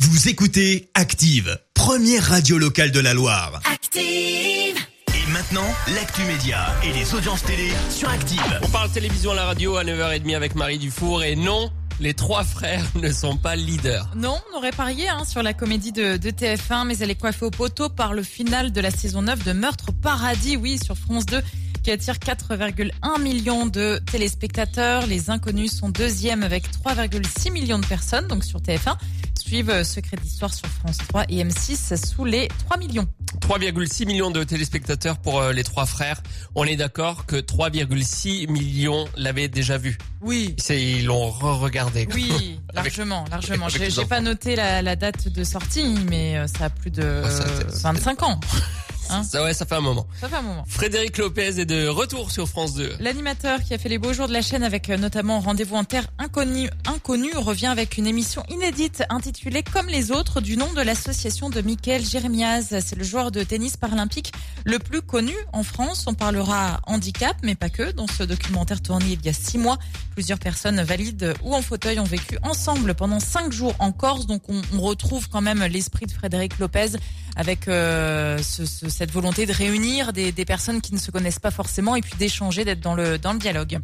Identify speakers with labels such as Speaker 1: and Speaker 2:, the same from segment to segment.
Speaker 1: Vous écoutez Active, première radio locale de la Loire.
Speaker 2: Active.
Speaker 1: Et maintenant, l'actu média et les audiences télé sur Active.
Speaker 3: On parle télévision à la radio à 9h30 avec Marie Dufour et non, les trois frères ne sont pas leaders.
Speaker 4: Non, on aurait parié hein, sur la comédie de, de TF1, mais elle est coiffée au poteau par le final de la saison 9 de Meurtre au Paradis, oui, sur France 2, qui attire 4,1 millions de téléspectateurs. Les Inconnus sont deuxième avec 3,6 millions de personnes, donc sur TF1. Suivent euh, Secret d'Histoire sur France 3 et M6 sous les 3 millions.
Speaker 3: 3,6 millions de téléspectateurs pour euh, les trois frères. On est d'accord que 3,6 millions l'avaient déjà vu.
Speaker 4: Oui.
Speaker 3: C'est, ils l'ont re-regardé. quoi.
Speaker 4: Oui, largement, largement.
Speaker 3: avec
Speaker 4: J'ai
Speaker 3: les
Speaker 4: j'ai pas noté la, la date de sortie, mais euh, ça a plus de
Speaker 3: Ah, ça,
Speaker 4: euh,
Speaker 3: c'est- c'est-
Speaker 4: 25 ans. Hein
Speaker 3: Ça, ouais, ça fait un moment.
Speaker 4: Ça fait un moment.
Speaker 3: Frédéric Lopez est de retour sur France 2.
Speaker 4: L'animateur qui a fait les beaux jours de la chaîne avec euh, notamment Rendez-vous en Terre Inconnue, Inconnu revient avec une émission inédite intitulée Comme les autres du nom de l'association de Michael Jeremias. C'est le joueur de tennis paralympique le plus connu en France. On parlera handicap, mais pas que. Dans ce documentaire tourné il y a six mois, plusieurs personnes valides ou en fauteuil ont vécu ensemble pendant cinq jours en Corse. Donc on, on retrouve quand même l'esprit de Frédéric Lopez avec euh, ce- ce- cette volonté de réunir des, des personnes qui ne se connaissent pas forcément et puis d'échanger, d'être dans le, dans le dialogue.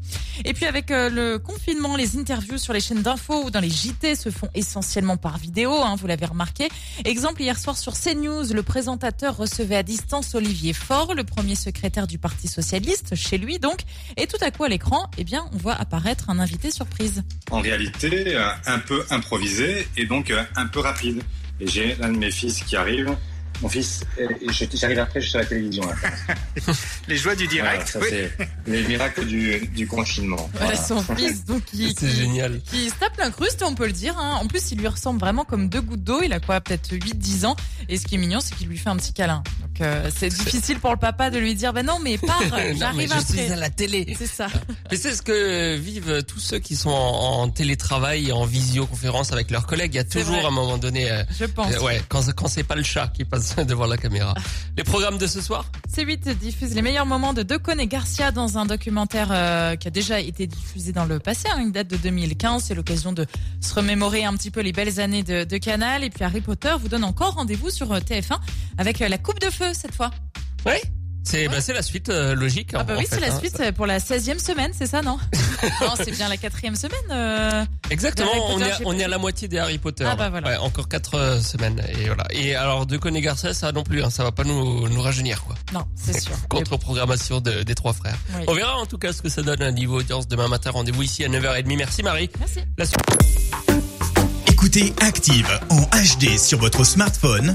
Speaker 4: Et puis avec euh, le confinement, les interviews sur les chaînes d'infos ou dans les JT se font essentiellement par vidéo, hein, vous l'avez remarqué. Exemple, hier soir sur CNews, le présentateur recevait à distance Olivier Faure, le premier secrétaire du Parti Socialiste, chez lui donc, et tout à coup à l'écran, eh bien, on voit apparaître un invité surprise.
Speaker 5: en réalité euh, un peu improvisé et donc euh, un peu rapide. Et j'ai l'un de mes fils qui arrive. Mon fils, euh, je- j'arrive après, je suis à la télévision. là.
Speaker 6: Les joies du
Speaker 5: Voilà,
Speaker 6: direct.
Speaker 5: ça
Speaker 6: oui.
Speaker 5: c'est les miracles du, du confinement.
Speaker 4: Voilà,
Speaker 5: Voilà.
Speaker 4: son fils donc qui,
Speaker 3: C'est
Speaker 4: qui-
Speaker 3: génial.
Speaker 4: qui se tape l'incruste, on peut le dire. hein. En plus, il lui ressemble vraiment comme deux gouttes d'eau. Il a quoi, peut-être 8-10 ans. Et ce qui est mignon, c'est qu'il lui fait un petit câlin. Donc, euh, c'est difficile pour le papa de lui dire, ben non, mais pars,
Speaker 3: Non, mais
Speaker 4: j'arrive
Speaker 3: je suis à
Speaker 4: après.
Speaker 3: la télé.
Speaker 4: C'est ça.
Speaker 3: Mais c'est ce que vivent tous ceux qui sont en, en télétravail et en visioconférence avec leurs collègues. Il y a
Speaker 4: C'est
Speaker 3: toujours
Speaker 4: vrai.
Speaker 3: à un moment donné. euh,
Speaker 4: Je pense.
Speaker 3: Euh, ouais, quand, quand c'est pas le chat qui passe devant la caméra. Les programmes de ce soir
Speaker 4: C8 diffuse les meilleurs moments de Decon et Garcia dans un documentaire euh, qui a déjà été diffusé dans le passé, hein, une date de 2015. C'est l'occasion de se remémorer un petit peu les belles années de, de Canal. Et puis Harry Potter vous donne encore rendez-vous sur euh, TF1 avec euh, la coupe de feu cette fois.
Speaker 3: Oui. C'est bah, c'est la suite euh, logique.
Speaker 4: Ah bah
Speaker 3: en-
Speaker 4: oui,
Speaker 3: en
Speaker 4: c'est
Speaker 3: fait,
Speaker 4: la
Speaker 3: hein.
Speaker 4: suite euh, pour la 16e semaine, c'est ça, non Non, c'est bien la quatrième semaine. euh,
Speaker 3: Exactement,
Speaker 4: Harry Potter,
Speaker 3: on, est à,
Speaker 4: j'ai
Speaker 3: on
Speaker 4: pas
Speaker 3: est à
Speaker 4: vu.
Speaker 3: la moitié des Harry Potter.
Speaker 4: Ah bah
Speaker 3: là.
Speaker 4: voilà.
Speaker 3: Ouais, encore 4 semaines. Et voilà. Et alors, de Coné Garcia, ça non plus, hein, ça va pas nous, nous rajeunir, quoi.
Speaker 4: Non, c'est sûr.
Speaker 3: Contre-programmation de- des trois frères.
Speaker 4: Oui.
Speaker 3: On verra en tout cas ce que ça donne à niveau audience demain matin. Rendez-vous ici à 9h30. Merci Marie.
Speaker 4: Merci.
Speaker 3: La suite.
Speaker 1: Écoutez Active en HD sur votre smartphone,